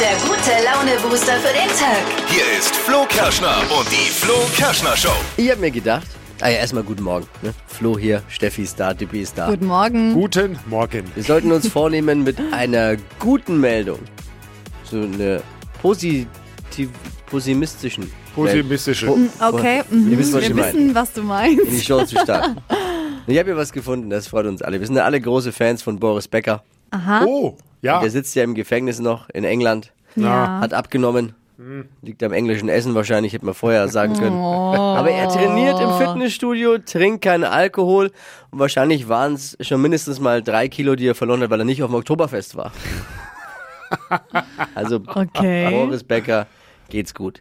der gute Laune-Booster für den Tag. Hier ist Flo Kerschner und die Flo Kerschner Show. Ich habe mir gedacht, ah ja, erstmal guten Morgen. Ne? Flo hier, Steffi ist da, Dippi ist da. Guten Morgen. Guten Morgen. Wir sollten uns vornehmen mit einer guten Meldung. So eine positiv, pessimistischen. Meldung. Pessimistische. Po- Okay, mhm. Ihr wisst, was wir ich meine. wissen, was du meinst. In die Show zu starten. Ich habe hier was gefunden, das freut uns alle. Wir sind ja alle große Fans von Boris Becker. Oh, ja. Der sitzt ja im Gefängnis noch in England, Ja. hat abgenommen. Liegt am englischen Essen wahrscheinlich, hätte man vorher sagen können. Oh. Aber er trainiert im Fitnessstudio, trinkt keinen Alkohol und wahrscheinlich waren es schon mindestens mal drei Kilo, die er verloren hat, weil er nicht auf dem Oktoberfest war. also Okay. Boris Becker geht's gut.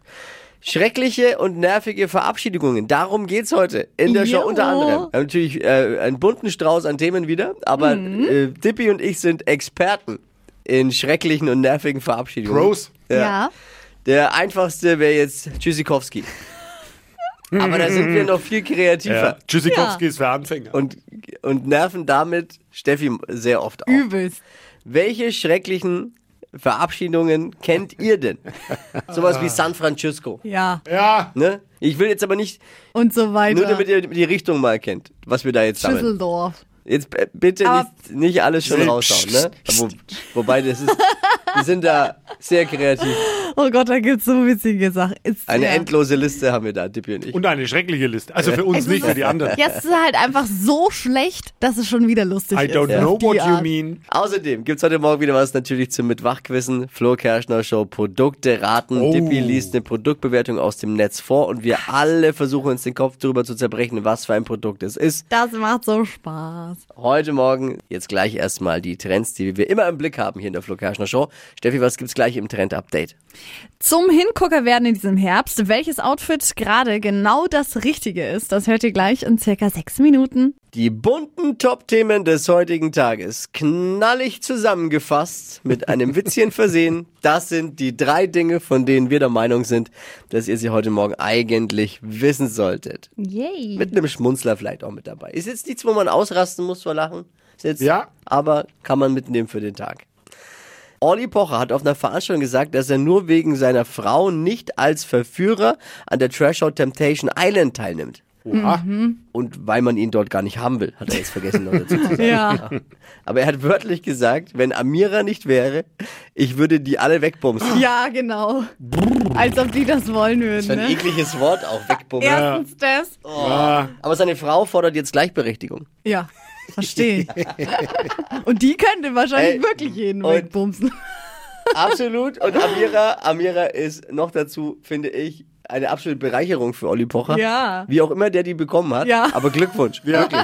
Schreckliche und nervige Verabschiedungen. Darum geht's heute in der Show Jo. unter anderem. Wir haben natürlich äh, einen bunten Strauß an Themen wieder, aber äh, Dippy und ich sind Experten in schrecklichen und nervigen Verabschiedungen. Pros. Ja. Ja. Der einfachste wäre jetzt Tschüssikowski. aber da sind wir noch viel kreativer Ja. Tschüssikowski Ja. ist für Anfänger. und, und nerven damit Steffi sehr oft auf. Übelst. Welche schrecklichen Verabschiedungen kennt ihr denn? Sowas wie San Francisco. Ja. ja, Ne? Ich will jetzt aber nicht, Und so weiter. nur damit ihr die Richtung mal kennt, was wir da jetzt sammeln. Schüsseldorf. Jetzt b- bitte Aber- nicht, nicht alles schon Nee, raushauen. Ne? pst, Wo, wobei, das ist, wir sind da sehr kreativ. Oh Gott, da gibt's so witzige Sachen. Ist, Eine ja. endlose Liste haben wir da, Dippi und ich. und eine schreckliche Liste. Also für uns Es nicht, ist- für die anderen. Jetzt ist es halt einfach so schlecht, dass es schon wieder lustig I ist. don't Auf know die what you Art. mean. Außerdem gibt's heute Morgen wieder was natürlich zum Mitwachquissen. Flo Kerschner Show Produkte raten. Oh. Dippi liest eine Produktbewertung aus dem Netz vor und wir alle versuchen uns den Kopf drüber zu zerbrechen, was für ein Produkt es ist. Das macht so Spaß. Heute Morgen jetzt gleich erstmal die Trends, die wir immer im Blick haben hier in der Flo Kerschner Show. Steffi, was gibt's gleich im Trend-Update? Zum Hingucker werden in diesem Herbst, welches Outfit gerade genau das Richtige ist, das hört ihr gleich in circa sechs Minuten. Die bunten Top-Themen des heutigen Tages, knallig zusammengefasst, mit einem Witzchen versehen. Das sind die drei Dinge, von denen wir der Meinung sind, dass ihr sie heute Morgen eigentlich wissen solltet. Yay. Mit einem Schmunzler vielleicht auch mit dabei. Ist jetzt nichts, wo man ausrasten muss vor Lachen. Ist jetzt, Ja. Aber kann man mitnehmen für den Tag. Olli Pocher hat auf einer Veranstaltung gesagt, dass er nur wegen seiner Frau nicht als Verführer an der Trash Show Temptation Island teilnimmt. Oha. Und weil man ihn dort gar nicht haben will, hat er jetzt vergessen noch dazu zu sagen. Ja. Aber er hat wörtlich gesagt, wenn Amira nicht wäre, ich würde die alle wegbumsen. Ja, genau. Als ob die das wollen würden. Ein Ne? ekliges Wort auch, wegbumsen. Erstens das. Ah, Aber seine Frau fordert jetzt Gleichberechtigung. Ja, verstehe. Und die könnte wahrscheinlich Ey, wirklich jeden und- wegbumsen. Absolut. Und Amira, Amira ist noch dazu, finde ich, eine absolute Bereicherung für Olli Pocher. Ja. Wie auch immer der die bekommen hat. Ja. Aber Glückwunsch. Wirklich.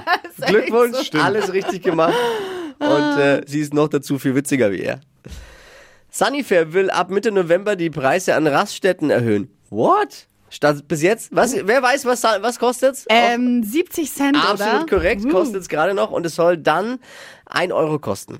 Glückwunsch. Alles richtig gemacht. Und äh, sie ist noch dazu viel witziger wie er. Sunnyfair will ab Mitte November die Preise an Raststätten erhöhen. What? Statt bis jetzt? Was, wer weiß, was, was kostet's? Ähm, 70 Cent, Absolut oder? korrekt, Uh. kostet es gerade noch und es soll dann 1 Euro kosten.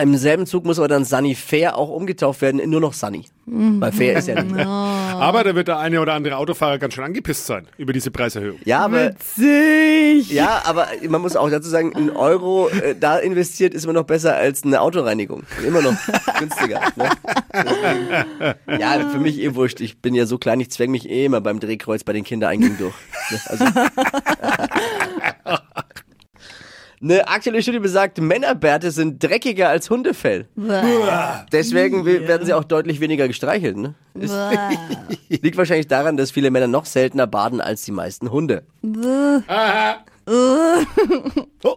Im selben Zug muss aber dann Sunny Fair auch umgetauft werden in nur noch Sunny. Weil Fair ist ja nicht. mehr. Aber da wird der eine oder andere Autofahrer ganz schön angepisst sein über diese Preiserhöhung. Ja, aber, Witzig. ja, aber man muss auch dazu sagen, ein Euro äh, da investiert ist immer noch besser als eine Autoreinigung. Immer noch günstiger. Ne? Deswegen- Ja, für mich eh wurscht. Ich bin ja so klein, ich zwänge mich eh immer beim Drehkreuz bei den Kindereingängen durch. Ne? Also, eine aktuelle Studie besagt, Männerbärte sind dreckiger als Hundefell. Deswegen will- werden sie auch deutlich weniger gestreichelt. Ne? Liegt wahrscheinlich daran, dass viele Männer noch seltener baden als die meisten Hunde. Oh.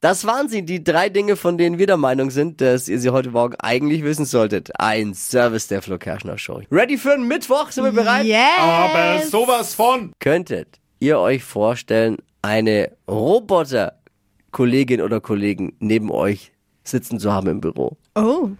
Das waren sie, die drei Dinge, von denen wir der Meinung sind, dass ihr sie heute Morgen eigentlich wissen solltet. Ein Service der Flo Kerschner Show. Ready für einen Mittwoch? Sind wir bereit? Yes. Aber sowas von. Könntet ihr euch vorstellen, eine Roboter-Kollegin oder Kollegen neben euch sitzen zu haben im Büro? Oh.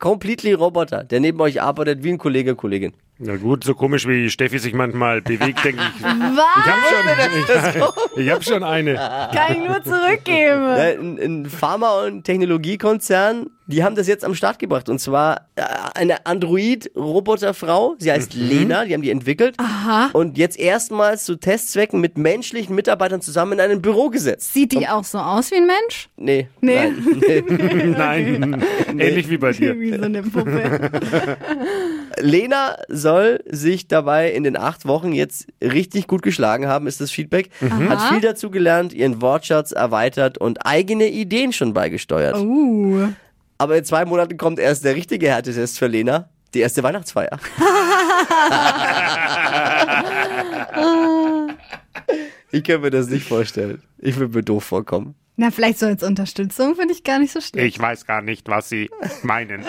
Completely Roboter, der neben euch arbeitet wie ein Kollege, Kollegin. Na gut, so komisch wie Steffi sich manchmal bewegt, denke ich. Was? Ich habe schon, ich hab schon eine. Kann ich nur zurückgeben. Ne, Äh, Ein, ein Pharma- und Technologiekonzern Die haben das jetzt am Start gebracht. Und zwar äh, eine Android-Roboterfrau. Sie heißt Lena. Die haben die entwickelt. Aha. Und jetzt erstmals zu Testzwecken mit menschlichen Mitarbeitern zusammen in einem Büro gesetzt. Sieht die auch so aus wie ein Mensch? Nee. Nee. Nein, nee. Nein, ähnlich wie bei dir. Wie so eine Puppe. Lena soll sich dabei in den acht Wochen jetzt richtig gut geschlagen haben, ist das Feedback. Hat viel dazu gelernt, ihren Wortschatz erweitert und eigene Ideen schon beigesteuert. Uh. Aber in zwei Monaten kommt erst der richtige Härtetest für Lena. Die erste Weihnachtsfeier. ich kann mir das nicht vorstellen. Ich würde mir doof vorkommen. Na, vielleicht so als Unterstützung finde ich gar nicht so schlecht. Ich weiß gar nicht, was sie meinen.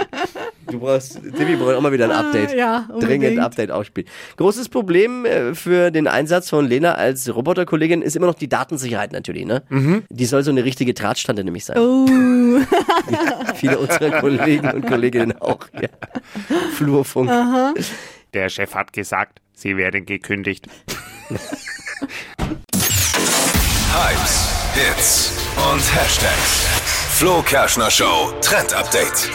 Du brauchst, Timmy braucht immer wieder ein Update. Ah, ja, Dringend unbedingt. Update ausspielen. Großes Problem äh, für den Einsatz von Lena als Roboterkollegin ist immer noch die Datensicherheit natürlich, ne? Die soll so eine richtige Drahtstande nämlich sein. Uh. Viele unserer Kollegen und Kolleginnen auch, ja. Flurfunk. Der Chef hat gesagt, sie werden gekündigt. Hypes, Hits und Hashtags. Flo Kerschner Show Trend Update.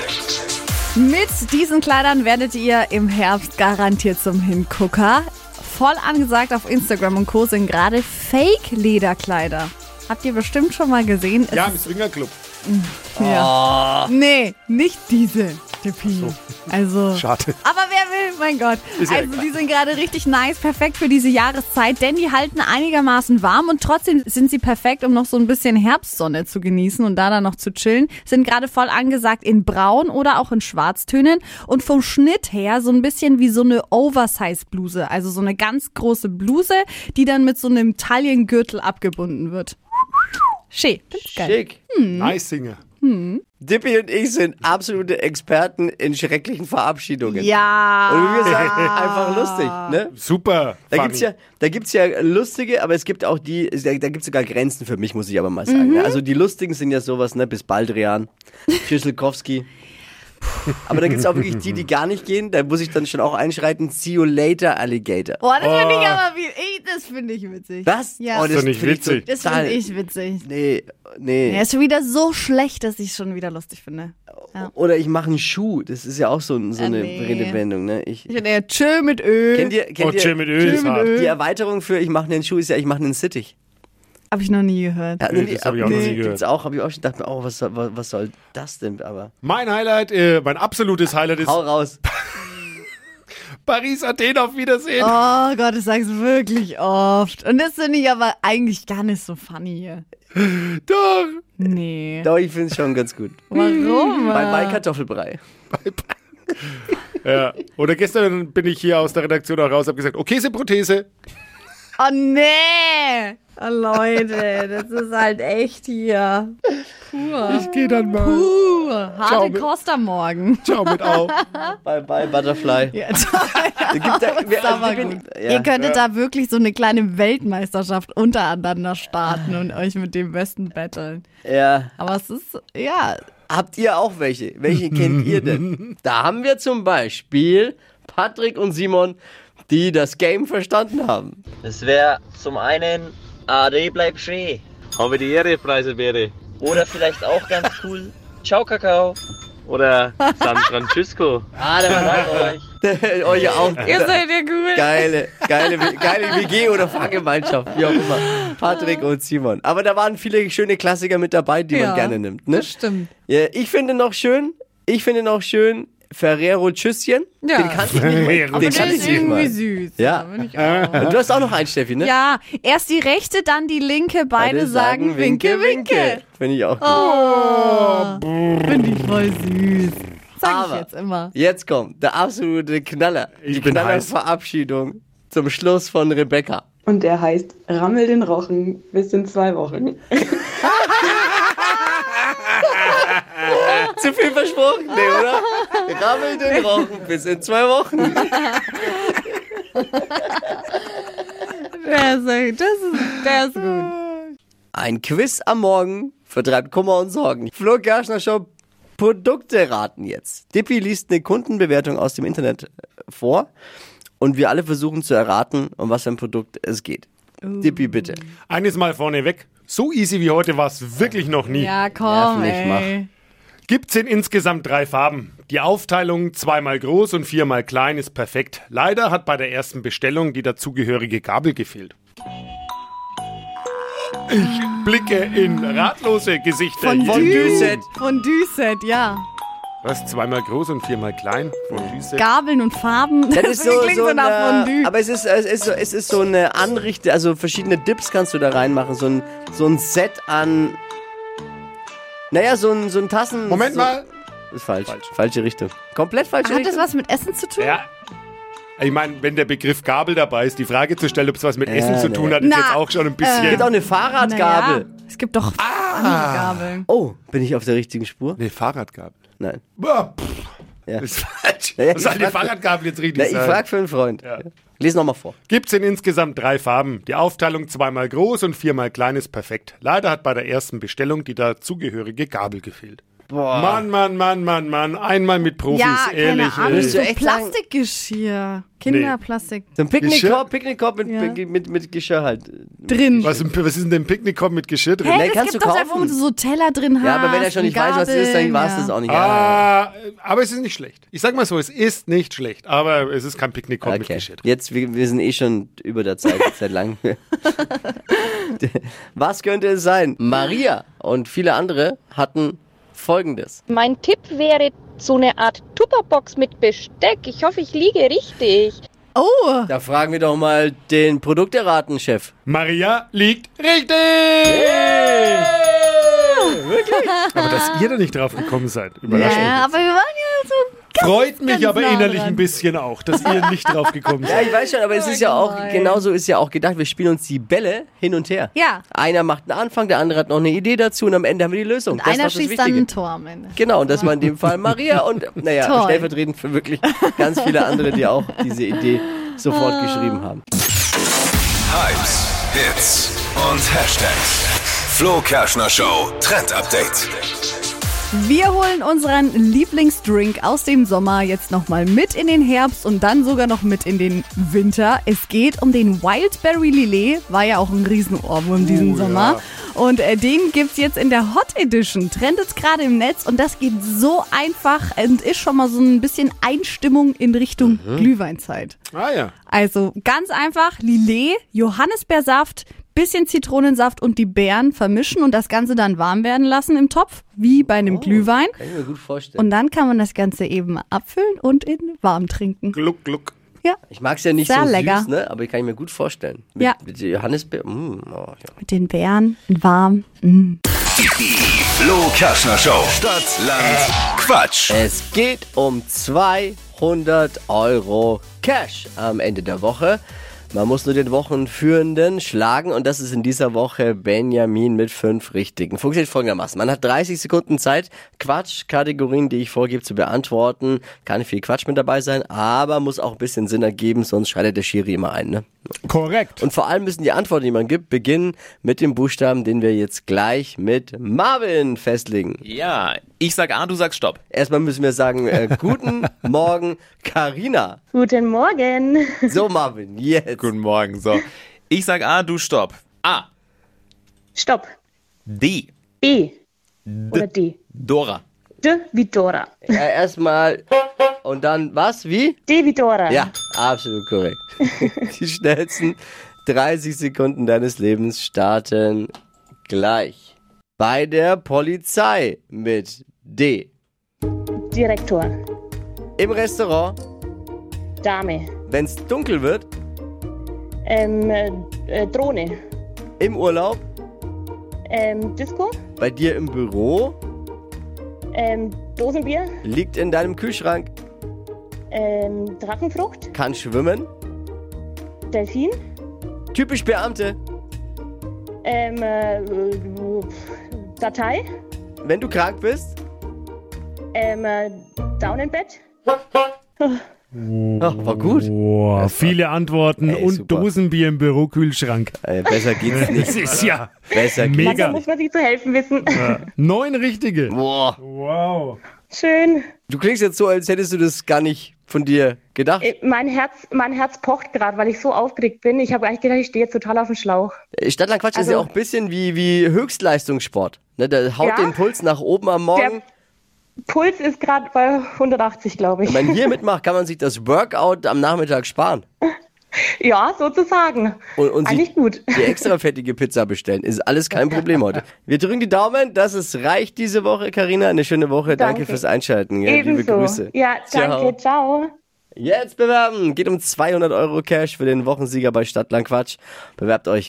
Mit diesen Kleidern werdet ihr im Herbst garantiert zum Hingucker. Voll angesagt auf Instagram und Co. sind gerade Fake-Lederkleider. Habt ihr bestimmt schon mal gesehen? Es Ja, Ah. ist- im Swingerclub. ja. Nee, nicht diese. Tippi. Also. Schade. Aber wer will, mein Gott. Ist ja also egal. die sind gerade richtig nice, perfekt für diese Jahreszeit, denn die halten einigermaßen warm und trotzdem sind sie perfekt, um noch so ein bisschen Herbstsonne zu genießen und da dann noch zu chillen. Sind gerade voll angesagt in Braun oder auch in Schwarztönen und vom Schnitt her so ein bisschen wie so eine Oversize-Bluse, also so eine ganz große Bluse, die dann mit so einem Taillengürtel abgebunden wird. Schön. Geil. Schick. Nice Singer. Dippy und ich sind absolute Experten in schrecklichen Verabschiedungen. Ja. Und wie gesagt, einfach lustig, ne? Super. Da funny. gibt's ja, da gibt's ja lustige, aber es gibt auch die, da, da gibt's sogar Grenzen für mich, muss ich aber mal sagen. Mhm. ne? Also die lustigen sind ja sowas, ne? Bis Baldrian, Schüsselkowski. Aber da gibt's auch wirklich die, die gar nicht gehen. Da muss ich dann schon auch einschreiten. See you later, Alligator. Boah, das finde Oh. ich aber wie. Ich, das finde ich witzig. Was? Ja. doch find nicht ich witzig. Das total- finde ich witzig. Nee, nee. Er ist schon wieder so schlecht, dass ich es schon wieder lustig finde. Ja. Oder ich mache einen Schuh. Das ist ja auch so, ein- so Ah, eine nee. Redewendung, ne? Ich, Ich finde eher chill mit Öl. kennt ihr, kennt Und ihr Oh, Chill mit Öl ist mit hart. Öl. die Erweiterung für ich mache einen Schuh ist ja ich mache einen Sittich. Habe ich noch nie gehört. Ja, ne- Nee, das hab ich auch noch nie gehört. Gibt's auch, habe ich auch schon gedacht, oh, was, soll- was, was soll das denn? Aber Mein Highlight, äh, mein absolutes Highlight ist hau raus. Paris, Athen, auf Wiedersehen. Oh Gott, ich sag's wirklich oft. Und das finde ich aber eigentlich gar nicht so funny. Doch. Nee. Doch, ich finde es schon ganz gut. Warum? Bei Mai Kartoffelbrei. Ja. Oder gestern bin ich hier aus der Redaktion auch raus, habe gesagt, okay, ist Prothese. Oh nee. Oh Leute, das ist halt echt hier. Ich gehe dann mal. Puh, harte Ciao. Kost am Morgen. Ciao mit auf. Bye bye Butterfly. Ja, toll. Da gibt's ja- wir- also, aber wir bin- gut. ja. Ihr könntet da wirklich so eine kleine Weltmeisterschaft untereinander starten und euch mit dem Besten betteln. ja. Aber es ist, ja, Habt ihr auch welche? Welche kennt ihr denn? Da haben wir zum Beispiel Patrick und Simon, die das Game verstanden haben. Das wäre zum einen Ade bleib schön. Habe die Ehre, Preiselbeere. Oder vielleicht auch ganz cool. Ciao, Kakao. Oder San Francisco. Ah, der war euch. Euch auch. ihr seid ja gut. Geile, geile, geile WG oder Fahrgemeinschaft, wie auch immer. Patrick und Simon. Aber da waren viele schöne Klassiker mit dabei, die Ja, man gerne nimmt. Ne? das stimmt. Ja, ich finde noch schön, ich finde noch schön Ferrero Tschüsschen. Ja. Den kannte ich nicht. mal. Ferrero Den Der kannte ich ist nicht irgendwie mal. süß. Ja. bin ich auch. Und du hast auch noch einen, Steffi, ne? Ja, erst die rechte, dann die linke. Beide, sagen Winke, Winke. Oh. Finde ich auch. gut. Finde ich voll süß. Sag Aber- ich jetzt immer. Jetzt kommt der absolute Knaller. Ich die bin heiß. Knallerverabschiedung zum Schluss von Rebecca. Und der heißt Rammel den Rochen bis in zwei Wochen. Zu viel versprochen, nee, oder? Rammel den Rochen bis in zwei Wochen. Der ist, das ist, der ist gut. Ein Quiz am Morgen vertreibt Kummer und Sorgen. Flo Gerschner Show Produkte raten jetzt. Dippi liest eine Kundenbewertung aus dem Internet äh, vor und wir alle versuchen zu erraten, um was für ein Produkt es geht. Uh. Dippi, bitte. Eines mal vorneweg. So easy wie heute war es wirklich noch nie. Ja, Nerv komm, nicht, ey. Gibt's in insgesamt drei Farben. Die Aufteilung zweimal groß und viermal klein ist perfekt. Leider hat bei der ersten Bestellung die dazugehörige Gabel gefehlt. Ich blicke in ratlose Gesichter. Von Von Düset. Von Düset, ja. Was? Zweimal groß und viermal klein? Von Düse. Gabeln und Farben. Das ist so, klingt so nach eine, Fondue. aber es ist, es ist so, es ist so eine Anrichte, also verschiedene Dips kannst du da reinmachen, so ein, so ein Set an, naja, so ein, so ein Tassen. Moment so, mal. Ist falsch. Falsche Richtung. Komplett falsche Hat das Richtung. was mit Essen zu tun? Ja. Ich meine, wenn der Begriff Gabel dabei ist, die Frage zu stellen, ob es was mit Essen zu Äh, nee. tun hat, ist Na, jetzt auch schon ein bisschen. Gibt auch eine Fahrradgabel. Naja, es gibt doch andere Gabeln. Oh, bin ich auf der richtigen Spur? Eine Fahrradgabel. Nein. Ah, pff, Ja. Das ist falsch. äh. Ja, ja, Was soll ich die frag- Fahrradgabel jetzt Na, richtig ich sein? frag für einen Freund. Ja. Lies nochmal vor. Gibt's in insgesamt drei Farben. Die Aufteilung zweimal groß und viermal klein ist perfekt. Leider hat bei der ersten Bestellung die dazugehörige Gabel gefehlt. Boah. Mann, Mann, Mann, Mann, Mann. Einmal mit Profis, Ja, genau. ehrlich. keine Ahnung. ey. Willst du So echt sagen- Plastikgeschirr. Kinderplastik So ein Picknickkorb, Geschirr? Picknickkorb mit, Ja. mit, mit, mit Geschirr halt. drin. Was, was ist denn ein Picknickkorb mit Geschirr drin? Nee, Hä, das kannst gibt du doch da, wo kaufen. du so Teller drin hast. Ja, aber wenn er schon und nicht weiß, was es ist, dann Gabeln, war es ja. das auch nicht. Ja. Ah, aber es ist nicht schlecht. Ich sag mal so, es ist nicht schlecht, aber es ist kein Picknickkorb mit Okay, Geschirr drin. jetzt, wir, wir sind eh schon über der Zeit, seit langem. Was könnte es sein? Maria und viele andere hatten folgendes. Mein Tipp wäre so eine Art Tupperbox mit Besteck. Ich hoffe, ich liege richtig. Oh, Da fragen wir doch mal den Produkterratenchef. Maria liegt richtig! Wirklich? Aber dass ihr da nicht drauf gekommen seid, überrascht ja, mich. äh, aber wir waren ja so Freut mich aber nah innerlich dran. ein bisschen auch, dass ihr nicht drauf gekommen Ja, seid. ich weiß schon, aber es ist ja auch, gemein. genauso ist ja auch gedacht, wir spielen uns die Bälle hin und her. Ja. Einer macht einen Anfang, der andere hat noch eine Idee dazu und am Ende haben wir die Lösung. das ist Einer doch das schießt dann Wichtige. ein Tor am Ende. Genau, und das war in dem Fall Maria und naja, Toll. stellvertretend für wirklich ganz viele andere, die auch diese Idee Ah. sofort geschrieben haben. Hypes, Hits und Hashtags. Flo Kerschner Show Trend Update. Wir holen unseren Lieblingsdrink aus dem Sommer jetzt nochmal mit in den Herbst und dann sogar noch mit in den Winter. Es geht um den Wildberry Lillet, war ja auch ein Oh, Riesenohrwurm diesen Sommer. Und äh, den gibt's jetzt in der Hot Edition, trendet gerade im Netz und das geht so einfach und ist schon mal so ein bisschen Einstimmung in Richtung Mhm. Glühweinzeit. Ah ja. Also ganz einfach, Lillet, Johannisbeersaft, bisschen Zitronensaft und die Beeren vermischen und das Ganze dann warm werden lassen im Topf, wie bei Oh. einem Glühwein. Kann ich mir gut vorstellen. Und dann kann man das Ganze eben abfüllen und in warm trinken. Gluck, gluck. Ja, ich mag es ja nicht Sehr so lecker. süß, ne? aber kann ich mir gut vorstellen. Mit, Ja. mit Johannisbeer. mm, oh, ja. mit den Beeren, in warm. Mm. Die Flo Kerschner Show. Stadt, Land, Quatsch. Es geht um 200 Euro Cash am Ende der Woche. Man muss nur den Wochenführenden schlagen und das ist in dieser Woche Benjamin mit fünf Richtigen. Funktioniert folgendermaßen. Man hat 30 Sekunden Zeit, Quatschkategorien, die ich vorgebe, zu beantworten. Kann viel Quatsch mit dabei sein, aber muss auch ein bisschen Sinn ergeben, sonst schneidet der Schiri immer ein. Ne? Korrekt. Und vor allem müssen die Antworten, die man gibt, beginnen mit dem Buchstaben, den wir jetzt gleich mit Marvin festlegen. Ja, ich sag A, du sagst Stopp. Erstmal müssen wir sagen, äh, guten Morgen, Karina. Guten Morgen. So, Marvin, jetzt. Guten Morgen, so. Ich sag A, du Stopp. A, Stopp. D, B. Oder D. Dora. D wie Dora. Äh, erstmal und dann was, wie? D wie Dora. Ja, absolut korrekt. Die schnellsten 30 Sekunden deines Lebens starten gleich. Bei der Polizei mit D. Direktor. Im Restaurant, Dame. wenn es dunkel wird, Ähm, äh, Drohne. im Urlaub, Ähm, Disco. bei dir im Büro, Ähm, Dosenbier. liegt in deinem Kühlschrank, Ähm, Drachenfrucht. kann schwimmen. Delfin. Typisch Beamte. Ähm, äh, äh, Datei. Wenn du krank bist, Ähm, äh, Down im Bett. Ach, war gut. Boah, viele Antworten Ey, und super. Dosenbier im Bürokühlschrank. Äh, besser geht's Das nicht. ist ja Besser geht's mega. Da muss man sich zu helfen wissen. Neun richtige. Boah. Wow. Schön. Du klingst jetzt so, als hättest du das gar nicht von dir gedacht. Äh, Mein Herz, mein Herz pocht gerade, weil ich so aufgeregt bin. Ich habe eigentlich gedacht, ich stehe jetzt total auf dem Schlauch. Äh, Stadtland Quatsch ist ja also- auch ein bisschen wie, wie Höchstleistungssport. Ne, der haut Ja. den Puls nach oben am Morgen. Der, Puls ist gerade bei 180, glaube ich. Wenn man hier mitmacht, kann man sich das Workout am Nachmittag sparen. Ja, sozusagen. Und, und sich Eigentlich gut. die extra fettige Pizza bestellen. Ist alles kein Problem heute. Wir drücken die Daumen, dass es reicht diese Woche, Karina. Eine schöne Woche. Danke, Danke. fürs Einschalten. Ja, liebe Ebenso. Grüße. Ja, danke. Ciao. Jetzt bewerben. Geht um 200 Euro Cash für den Wochensieger bei Stadtland Quatsch. Bewerbt euch.